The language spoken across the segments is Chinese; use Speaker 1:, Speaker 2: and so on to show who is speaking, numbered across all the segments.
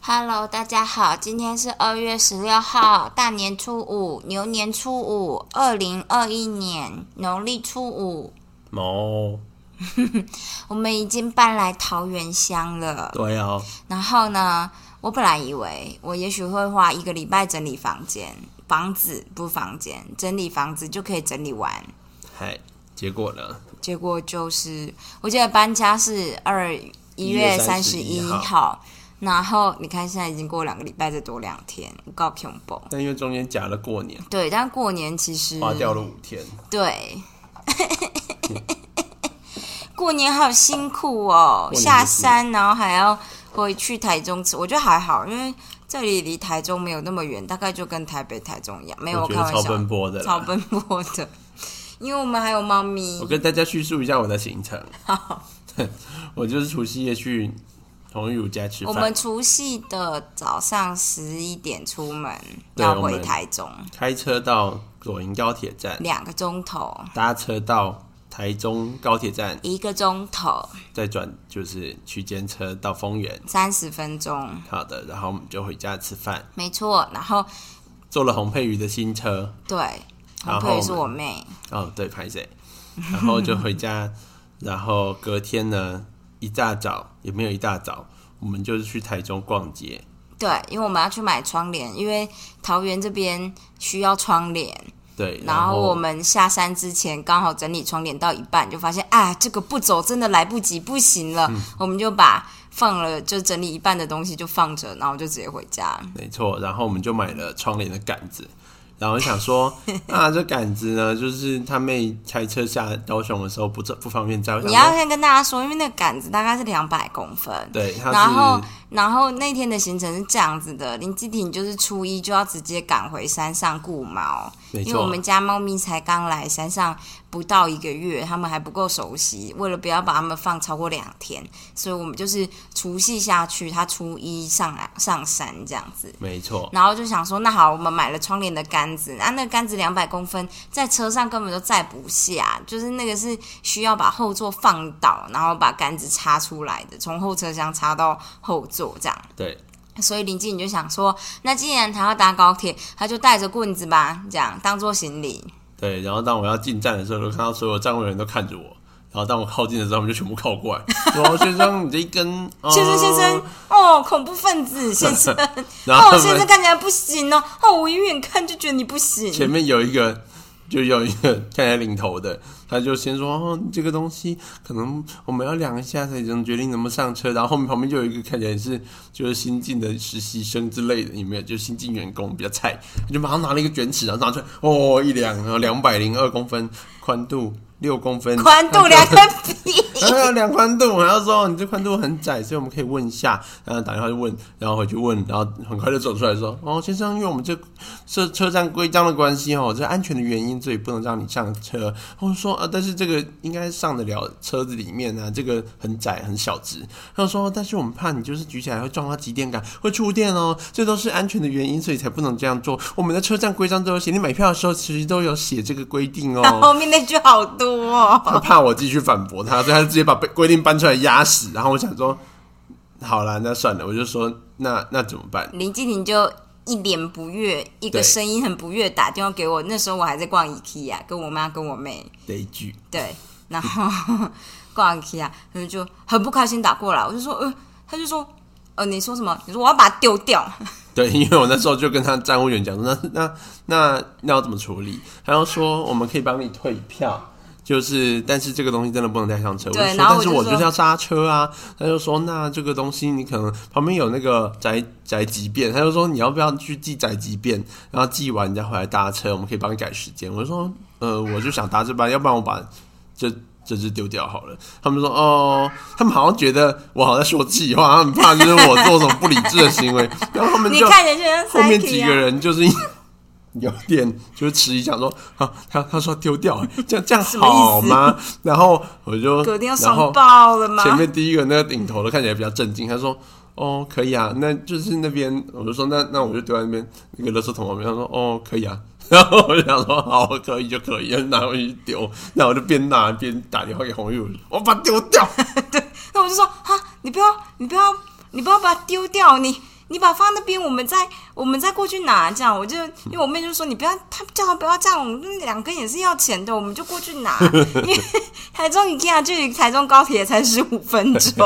Speaker 1: Hello，大家好，今天是二月十六号，大年初五，牛年初五，二零二一年农历初五，哦
Speaker 2: 毛，
Speaker 1: 我们已经搬来桃园乡了。
Speaker 2: 对啊，
Speaker 1: 然后呢，我本来以为我也许会花一个礼拜整理房间，房子不是房间，整理房子就可以整理完。
Speaker 2: 嗨，结果呢？
Speaker 1: 结果就是，我记得搬家是二一月三十一
Speaker 2: 1月31
Speaker 1: 号，然后你看现在已经过两个礼拜，再多两天，够恐怖。
Speaker 2: 但因为中间夹了过年，
Speaker 1: 对，但过年其实
Speaker 2: 花掉了五天，
Speaker 1: 对， 过年好辛苦哦，
Speaker 2: 过年就是
Speaker 1: 下山然后还要回去台中吃，我觉得还好，因为这里离台中没有那么远，大概就跟台北、台中一样，没有
Speaker 2: 我觉
Speaker 1: 开
Speaker 2: 得
Speaker 1: 玩
Speaker 2: 超
Speaker 1: 笑，
Speaker 2: 奔波的啦。
Speaker 1: 超奔波的。因为我们还有猫咪
Speaker 2: 我，跟大家叙述一下我的行程。我就是除夕夜去洪玉儒家吃
Speaker 1: 我
Speaker 2: 饭
Speaker 1: 们，除夕的早上十一点出门，
Speaker 2: 对
Speaker 1: 要
Speaker 2: 我
Speaker 1: 回
Speaker 2: 们
Speaker 1: 台中，
Speaker 2: 开车到左营高铁站，
Speaker 1: 两个钟头，
Speaker 2: 搭车到台中高铁站，
Speaker 1: 一个钟头
Speaker 2: 再转就是区间车到丰原。
Speaker 1: 三十分钟，
Speaker 2: 好的，然后我们就回家吃饭，
Speaker 1: 没错。然后
Speaker 2: 坐了洪佩瑜的新车，
Speaker 1: 对，红
Speaker 2: 然后
Speaker 1: 佩是
Speaker 2: 我们
Speaker 1: 我妹，
Speaker 2: 哦，对，拍谁？然后就回家， 然后隔天呢，一大早也没有一大早，我们就是去台中逛街。
Speaker 1: 对，因为我们要去买窗帘，因为桃园这边需要窗帘。
Speaker 2: 对，
Speaker 1: 然后
Speaker 2: 后
Speaker 1: 我们下山之前刚好整理窗帘到一半，就发现啊，这个不走真的来不及，不行
Speaker 2: 嗯
Speaker 1: 了，我们就把放了就整理一半的东西就放着，然后就直接回家。
Speaker 2: 没错，然后我们就买了窗帘的杆子，然后 想说啊，这杆子呢，就是他妹开车下高雄的时候不不方便摘，我想
Speaker 1: 你要
Speaker 2: 说
Speaker 1: 先跟大家说，因为那个杆子大概是两百公分。
Speaker 2: 对，
Speaker 1: 然
Speaker 2: 他
Speaker 1: 后
Speaker 2: 是，
Speaker 1: 然后那天的行程是这样子的：林基婷就是初一就要直接赶回山上顾猫，
Speaker 2: 没
Speaker 1: 因为我
Speaker 2: 错
Speaker 1: 们，家猫咪才刚来山上不到一个月，它们还不够熟悉。为了不要把它们放超过两天，所以我们就是除夕下去，它初一上来上山这样子。
Speaker 2: 没错，
Speaker 1: 然后就想说，那好，我们买了窗帘的杆子，啊，那个杆子两百公分，在车上根本就载不下，就是那个是需要把后座放倒，然后把杆子插出来的，从后车厢插到后座这样。
Speaker 2: 对，
Speaker 1: 所以林静就想说，那既然他要搭高铁，他就带着棍子吧，这样当做行李。
Speaker 2: 对，然后当我要进站的时候，就看到所有站位人都看着我。然后当我靠近的时候，他们就全部靠过 来。说：“哦先生，你这一根，呃
Speaker 1: 先生，先生，哦，恐怖分子先生，
Speaker 2: 然后
Speaker 1: 哦，
Speaker 2: 他
Speaker 1: 先生
Speaker 2: 们
Speaker 1: 看起来不行哦，哦，我一远看就觉得你不行
Speaker 2: 前。面有一个，就有一个看起来领头的，他就先说：“哦，这个东西可能我们要量一下才能决定能不能上车。”然后后面旁边就有一个看起来是就是新进的实习生之类的，有没有？就新进员工比较菜，他就马上拿了一个卷尺，然后拿出来，哦，一量，然后两百零二公分，宽度六公分，
Speaker 1: 宽度两 个屁，
Speaker 2: 啊，量宽度，然后说你这宽度很窄，所以我们可以问一下，然后打电话就问，然后回去问，然后很快就走出来说，哦，先生，因为我们这这车站规章的关系哦，这安全的原因，所以不能让你上车。我就说啊，但是这个应该上得了车子里面啊，这个很窄很小只。他就说，哦但是我们怕你就是举起来会撞到集电杆，会触电哦，这都是安全的原因，所以才不能这样做。我们的车站规章都有写，你买票的时候其实都有写这个规定
Speaker 1: 然后
Speaker 2: 哦。
Speaker 1: 后面那句好多、哦。
Speaker 2: 他怕我继续反驳他，所以他直接把规定搬出来压死。然后我想说，好啦，那算了，我就说那那怎么办？
Speaker 1: 林静婷就一脸不悦，一个
Speaker 2: 对
Speaker 1: 声音很不悦打电话给我。那时候我还在逛 IKEA，跟我啊妈跟我妹，
Speaker 2: 得一句，
Speaker 1: 对，然后 逛 IKEA，他们啊就呃很不开心打过来，我就说，呃，他就说，呃，你说什么？你说我要把它丢掉，
Speaker 2: 对，因为我那时候就跟他站务员讲说，那那那那要怎么处理？他要说我们可以帮你退票，就是但是这个东西真的不能带上车。我就
Speaker 1: 对
Speaker 2: 说，
Speaker 1: 然后
Speaker 2: 但是
Speaker 1: 我就
Speaker 2: 我
Speaker 1: 说
Speaker 2: 就是要刹车啊。他就说，那这个东西你可能旁边有那个宅宅急便，他就说你要不要去寄宅急便，然后寄完你再回来搭车，我们可以帮你改时间。我就说，呃，我就想搭这班，要不然我把这。这只丢掉好了。他们说哦，他们好像觉得我好像在说气话，他们怕就是我做什么不理智的行为， 然后他们
Speaker 1: 你
Speaker 2: 就
Speaker 1: 看人家
Speaker 2: 后面几
Speaker 1: psyche
Speaker 2: 个
Speaker 1: 啊。
Speaker 2: 人就是 有点就是迟疑，想说啊，他他说丢掉，这样这样
Speaker 1: 什么意思
Speaker 2: 好吗？然后我就
Speaker 1: 隔天要
Speaker 2: 然后
Speaker 1: 上报了吗？
Speaker 2: 前面第一个那个顶头的看起来比较震惊，他说。哦，可以啊，那就是那边，我就说那那我就丢在那边那个垃圾桶旁边。他说哦，可以啊， 然后我就想说好，可以就可以，然后拿回去丢。那我就边拿边打电话给红玉，我把它 丢掉。
Speaker 1: 那我就说，哈，你不要，你不要，你不要把它丢掉，你。你把它放在那边，我们再我们再过去拿。”这样，我就因为我妹就说：“你不要，她叫她不要这样，我们两根也是要钱的，我们就过去拿。”因为台中 IKEA 距离台中高铁才十五分钟，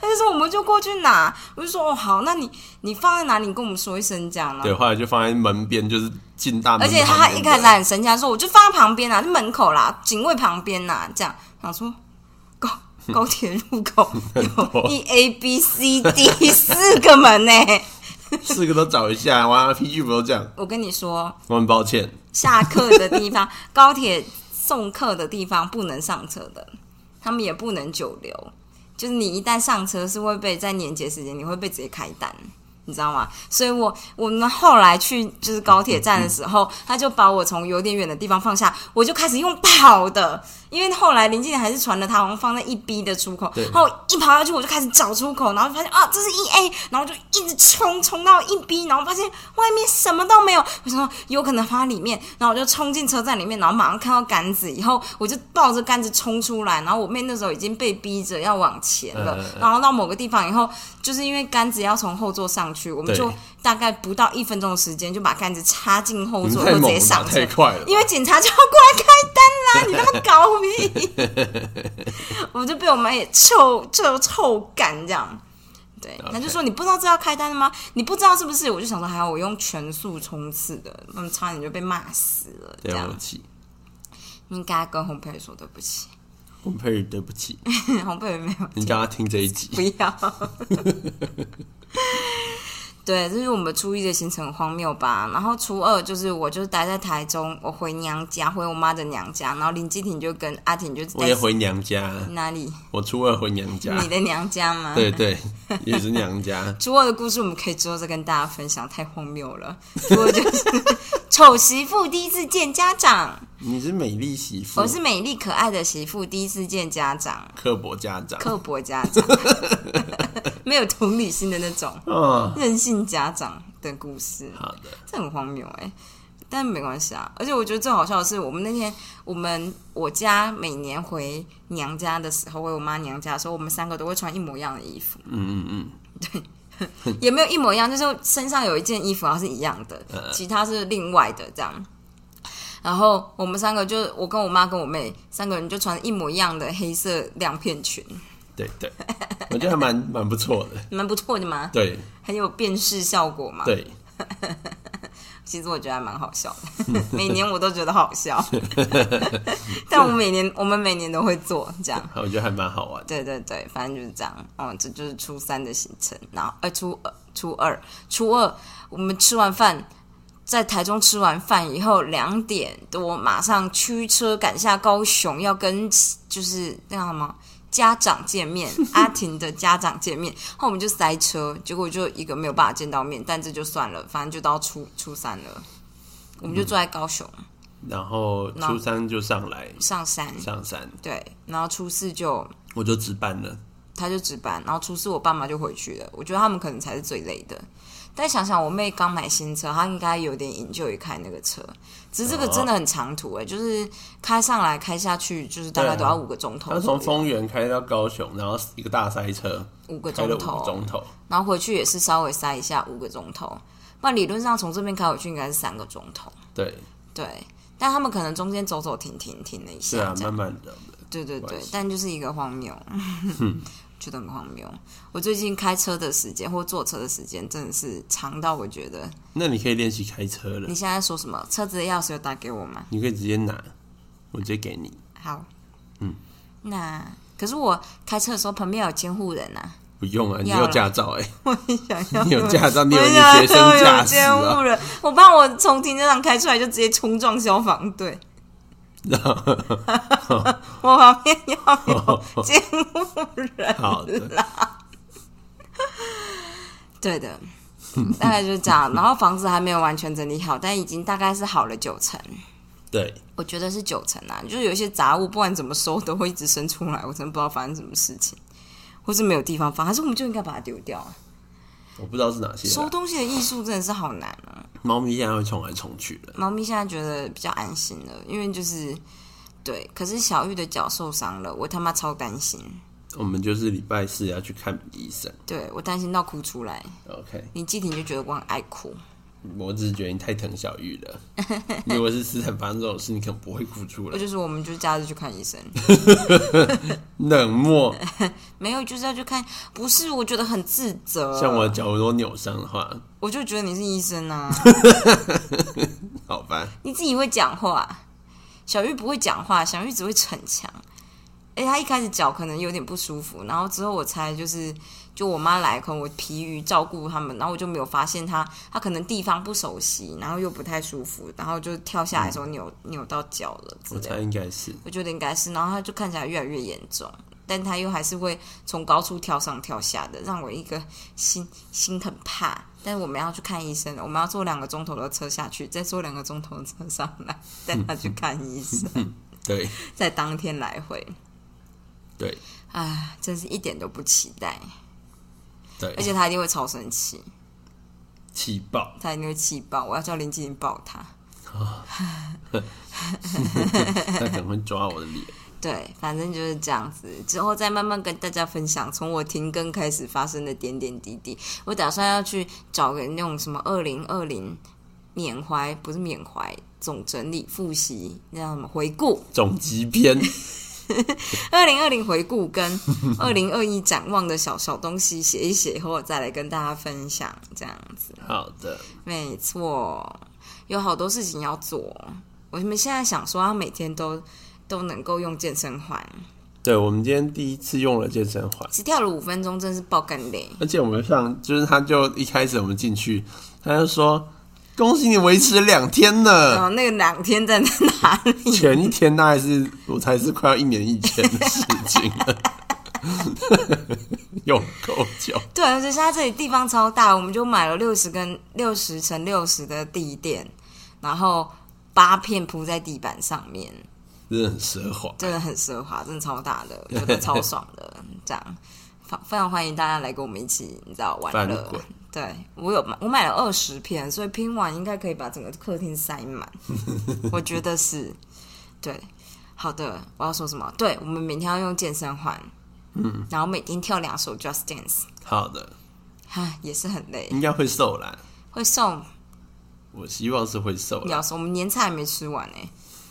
Speaker 1: 她就说：“我们就过去拿。”我就说：“哦，好，那你你放在哪里？你跟我们说一声这样啦。”
Speaker 2: 对，后来就放在门边，就是进大
Speaker 1: 而
Speaker 2: 门旁边
Speaker 1: 且
Speaker 2: 的。
Speaker 1: 他还一开始还很生气，他说：“我就放在旁边啦，啊就门口啦，警卫旁边啦。”这样想说高高铁入口有 E A B C D 四个门呢、
Speaker 2: 四个都找一下，哇，PG 不都这样，
Speaker 1: 我跟你说，
Speaker 2: 我很抱歉。
Speaker 1: 下课的地方，高铁送客的地方不能上车的，他们也不能久留。就是你一旦上车，是会被在年节时间，你会被直接开单，你知道吗？所以我我们后来去就是高铁站的时
Speaker 2: 嗯
Speaker 1: 候，他就把我从有点远的地方放下，我就开始用跑的，因为后来林静还是传了他好像放在一 B 的出口，
Speaker 2: 对
Speaker 1: 然后我一跑下去我就开始找出口，然后发现啊这是一 A，然后就一直冲冲到一 B，然后发现外面什么都没有，我想说有可能放在里面，然后我就冲进车站里面，然后马上看到杆子以后，我就抱着杆子冲出来，然后我妹那时候已经被逼着要往前了，
Speaker 2: 嗯嗯嗯
Speaker 1: 然后到某个地方以后，就是因为杆子要从后座上去，我们
Speaker 2: 对
Speaker 1: 就大概不到一分钟的时间就把杆子插进后
Speaker 2: 你
Speaker 1: 座，
Speaker 2: 太
Speaker 1: 就直
Speaker 2: 猛
Speaker 1: 接
Speaker 2: 了吧，
Speaker 1: 上车
Speaker 2: 太。快了吧。
Speaker 1: 因为警察就要过来开单啦，你那么搞屁！ 我就被我妈也臭臭臭干这样。对，
Speaker 2: OK
Speaker 1: 他就说你不知道这要开单了吗？你不知道是不是？我就想说，还好我用全速冲刺的，嗯，差点就被骂死了。这
Speaker 2: 对啊
Speaker 1: 样
Speaker 2: 不起，
Speaker 1: 应该跟洪佩说对不起，
Speaker 2: 洪佩宇，对不起，
Speaker 1: 洪佩没有
Speaker 2: 你叫他听这一集。
Speaker 1: 不要。 对，这是我们初一的行程，很荒谬吧？然后初二就是我就是待在台中，我回娘家，回我妈的娘家，然后林继廷就跟阿婷就是
Speaker 2: 我
Speaker 1: 在
Speaker 2: 也回娘家，
Speaker 1: 哪里？
Speaker 2: 我初二回娘家。
Speaker 1: 你的娘家吗？。
Speaker 2: 对。对，也是娘家
Speaker 1: 初二的故事我们可以之后再跟大家分享，太荒谬了。初二就是 丑媳妇第一次见家长，
Speaker 2: 你是美丽媳妇，
Speaker 1: 我是美丽可爱的媳妇第一次见家长，
Speaker 2: 刻薄家长。
Speaker 1: 刻薄家长， 没有同理心的那种
Speaker 2: 嗯，
Speaker 1: 任性家长的故事。
Speaker 2: 好的，
Speaker 1: 这很荒谬哎、但没关系啊。而且我觉得最好笑的是，我们那天我们我家每年回娘家的时候，回我妈娘家的时候，我们三个都会穿一模一样的衣服，
Speaker 2: 嗯嗯嗯，
Speaker 1: 也没有一模一样，就是身上有一件衣服然后是一样的，其他是另外的这样。然后我们三个就我跟我妈跟我妹三个人就穿一模一样的黑色亮片裙，
Speaker 2: 对 对，我觉得还蛮蛮不错的。
Speaker 1: 蛮不错的嘛，
Speaker 2: 对
Speaker 1: 很有辨识效果嘛。
Speaker 2: 对，
Speaker 1: 其实我觉得还蛮好笑的， 每年我都觉得好笑， 但我每年我们每年都会做这样。
Speaker 2: 我觉得还蛮好玩的。
Speaker 1: 对对对，反正就是这样。哦，这就是初三的行程，然后呃初二初二初二，我们吃完饭。在台中吃完饭以后，两点多马上驱车赶下高雄，要跟就是那个什么家长见面，阿婷的家长见面，然后我们就塞车，结果就一个没有办法见到面，但这就算了，反正就到初初三了，我们就住在高雄
Speaker 2: 然后初三就上来
Speaker 1: 上山，
Speaker 2: 上山，
Speaker 1: 对，然后初四就
Speaker 2: 我就值班了。
Speaker 1: 他就值班，然后初四我爸妈就回去了。我觉得他们可能才是最累的。但想想我妹刚买新车，她应该有点引咎于开那个车，只是这个真的很长途哎、就是开上来开下去，就是大概都要
Speaker 2: 对啊
Speaker 1: 五个钟头
Speaker 2: 他
Speaker 1: 左
Speaker 2: 从
Speaker 1: 右，
Speaker 2: 丰原开到高雄，然后一个大塞车，
Speaker 1: 五个
Speaker 2: 开
Speaker 1: 钟
Speaker 2: 了五
Speaker 1: 头，
Speaker 2: 个钟头。
Speaker 1: 然后回去也是稍微塞一下五个钟头。那理论上从这边开回去应该是三个钟头，
Speaker 2: 对，
Speaker 1: 对。但他们可能中间走走停停停了一
Speaker 2: 是
Speaker 1: 下，
Speaker 2: 啊，
Speaker 1: 这样
Speaker 2: 慢慢的。
Speaker 1: 对对对
Speaker 2: 关系，
Speaker 1: 但就是一个荒 谬，嗯觉得很荒谬。我最近开车的时间或坐车的时间真的是长到我觉得，
Speaker 2: 那你可以练习开车了
Speaker 1: 你，现在说什么？车子的钥匙有打给我吗？
Speaker 2: 你可以直接拿，我直接给你，
Speaker 1: 好，嗯，那可是我开车的时候旁边有监护人啊，
Speaker 2: 不用啊，你
Speaker 1: 要
Speaker 2: 有
Speaker 1: 了
Speaker 2: 驾照哎、
Speaker 1: 我也想要
Speaker 2: 你有 驾照，你有
Speaker 1: 我
Speaker 2: 你
Speaker 1: 想
Speaker 2: 学生
Speaker 1: 要
Speaker 2: 驾
Speaker 1: 有
Speaker 2: 驶
Speaker 1: 监护
Speaker 2: 啊，
Speaker 1: 人，我怕我从停车场开出来就直接冲撞消防队。我旁边要 有监护人。
Speaker 2: 好的，
Speaker 1: 对的，大概就是这样。然后房子还没有完全整理好，但已经大概是好了九成，
Speaker 2: 对，
Speaker 1: 我觉得是九成啊。就是有一些杂物，不管怎么收都会一直生出来，我真的不知道发生什么事情，或是没有地方放，还是我们就应该把它丢掉啊。
Speaker 2: 我不知道是哪些啦
Speaker 1: 收东西的艺术真的是好难啊。
Speaker 2: 猫咪现在会冲来冲去的，
Speaker 1: 猫咪现在觉得比较安心了，因为就是对，可是小玉的脚受伤了，我他妈超担心。
Speaker 2: 我们就是礼拜四要去看医生。
Speaker 1: 对我担心到哭出来，
Speaker 2: OK，
Speaker 1: 你季婷就觉得我很爱哭。
Speaker 2: 我只是觉得你太疼小玉 了。如果是斯坦发生这种事，你可能不会哭出
Speaker 1: 我
Speaker 2: 来，
Speaker 1: 就说我们就假日去看医生，
Speaker 2: 冷漠。
Speaker 1: 没有就是要去看，不是我觉得很自责。
Speaker 2: 像我，脚如果扭伤的话，
Speaker 1: 我就觉得你是医生啊，
Speaker 2: 好吧，
Speaker 1: 你自己会讲话，小玉不会讲话，小玉只会逞强。哎、她一开始脚可能有点不舒服，然后之后我猜就是，就我妈来，可能我疲于照顾他们，然后我就没有发现她，她可能地方不熟悉，然后又不太舒服，然后就跳下来的时候扭、扭到脚了之
Speaker 2: 我
Speaker 1: 类的。
Speaker 2: 猜应该是。
Speaker 1: 我觉得应该是，然后他就看起来越来越严重，但他又还是会从高处跳上跳下的，让我一个心心很怕。但是我们要去看医生了，我们要坐两个钟头的车下去，再坐两个钟头的车上来，带他去看医生，
Speaker 2: 对
Speaker 1: 在当天来回，
Speaker 2: 对
Speaker 1: 啊，真是一点都不期待。而
Speaker 2: 对，
Speaker 1: 且他一定会超生气，
Speaker 2: 气爆。
Speaker 1: 他一定会气爆，我要叫林志玲抱他。
Speaker 2: 他可能会抓我的脸。
Speaker 1: 对，反正就是这样子，之后再慢慢跟大家分享，从我停更开始发生的点点滴滴。我打算要去找个那种什么二零二零缅怀，不是缅怀，总整理复习，那叫什么回顾？
Speaker 2: 总集篇，
Speaker 1: 二零二零回顾跟二零二一展望的小小东西写一写，以后我再来跟大家分享，这样子。
Speaker 2: 好的，
Speaker 1: 没错，有好多事情要做。我们现在想说，要每天都都能够用健身环，
Speaker 2: 对我们今天第一次用了健身环，
Speaker 1: 只跳了五分钟，真是爆干累。
Speaker 2: 而且我们上就是他就一开始我们进去，他就说恭喜你维持两天
Speaker 1: 然
Speaker 2: 呢，
Speaker 1: 后嗯那个两天在哪里？
Speaker 2: 前一天大概是我才是快要一年以前的事情了，用够久，
Speaker 1: 对，而且现在这里地方超大，我们就买了六十跟六十乘六十的地垫，然后八片铺在地板上面，
Speaker 2: 真的很奢华。
Speaker 1: 真的很奢华，真的超大的，我觉得超爽的。 这样，非非常欢迎大家来跟我们一起，你知道玩乐
Speaker 2: 翻滚。
Speaker 1: 对我有买，我买了二十片，所以拼完应该可以把整个客厅塞 满，我觉得是。对，好的，我要说什么？对我们明天要用健身环，嗯，然后每天跳两首 Just Dance。
Speaker 2: 好的，
Speaker 1: 唉，也是很累，
Speaker 2: 应该会瘦啦，
Speaker 1: 会送
Speaker 2: 我希望是会瘦啦。
Speaker 1: 要送。我们年菜还没吃完呢、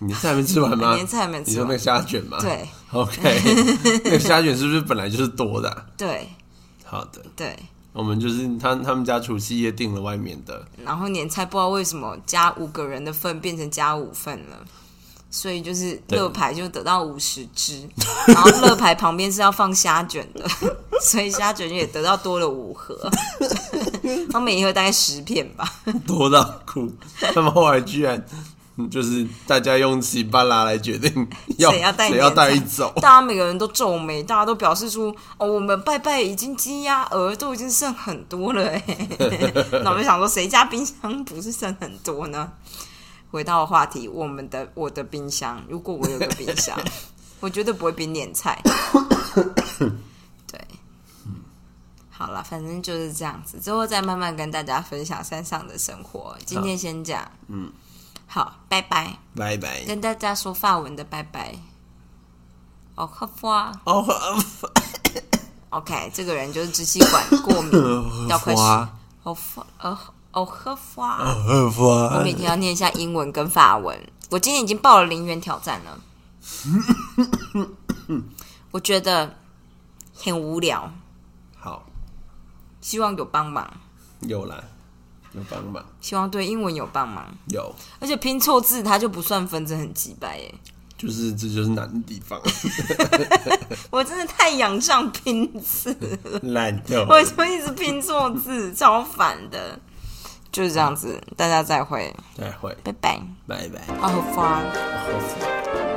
Speaker 2: 你是还没吃完吗？
Speaker 1: 年菜还没
Speaker 2: 你
Speaker 1: 吃
Speaker 2: 说那
Speaker 1: 完
Speaker 2: 个。虾卷吗？
Speaker 1: 对
Speaker 2: ，OK，那个虾卷是不是本来就是多的啊、
Speaker 1: 对
Speaker 2: 好的，
Speaker 1: 对，
Speaker 2: 我们就是他他们家除夕夜订了外面的，
Speaker 1: 然后年菜不知道为什么加五个人的份变成加五份了。所以就是
Speaker 2: 对
Speaker 1: 乐牌就得到五十只，然后乐牌旁边是要放虾卷的， 所以虾卷也得到多了五盒， 他们也有大概十片吧。
Speaker 2: 多到哭。 他们后来居然嗯就是大家用西巴拉来决定要
Speaker 1: 谁要带
Speaker 2: 带
Speaker 1: 年菜
Speaker 2: 走。
Speaker 1: 大家每个人都皱眉，大家都表示出哦，我们拜拜已经鸡鸭鹅都已经剩很多了哎。 那我就想说，谁家冰箱不是剩很多呢？回到话题，我们的我的冰箱，如果我有个冰箱，我绝对不会比年菜。对，好了，反正就是这样子，之后再慢慢跟大家分享山上的生活。今天先这样，嗯，好，拜拜，
Speaker 2: 拜拜。
Speaker 1: 跟大家说法文的拜拜。哦，喝花
Speaker 2: 哦，
Speaker 1: ，OK，这个人就是支气管过敏，要快死。
Speaker 2: 花，
Speaker 1: 哦花，呃，哦喝花。
Speaker 2: 荷
Speaker 1: 我
Speaker 2: 花
Speaker 1: 每，天要念一下英文跟法文。我今天已经报了零元挑战了，我觉得很无聊，
Speaker 2: 好，
Speaker 1: 希望有帮忙，
Speaker 2: 有啦，有帮忙，
Speaker 1: 希望对英文有帮忙。
Speaker 2: 有，
Speaker 1: 而且拼错字它就不算分，真的很鸡掰耶！
Speaker 2: 就是这就是难的地方，
Speaker 1: 我真的太仰仗拼字，
Speaker 2: 懒掉。
Speaker 1: 我就一直拼错字，超烦的。就是这样子，大家再会，
Speaker 2: 再会，
Speaker 1: 拜拜，
Speaker 2: 拜拜。
Speaker 1: au revoir。
Speaker 2: 好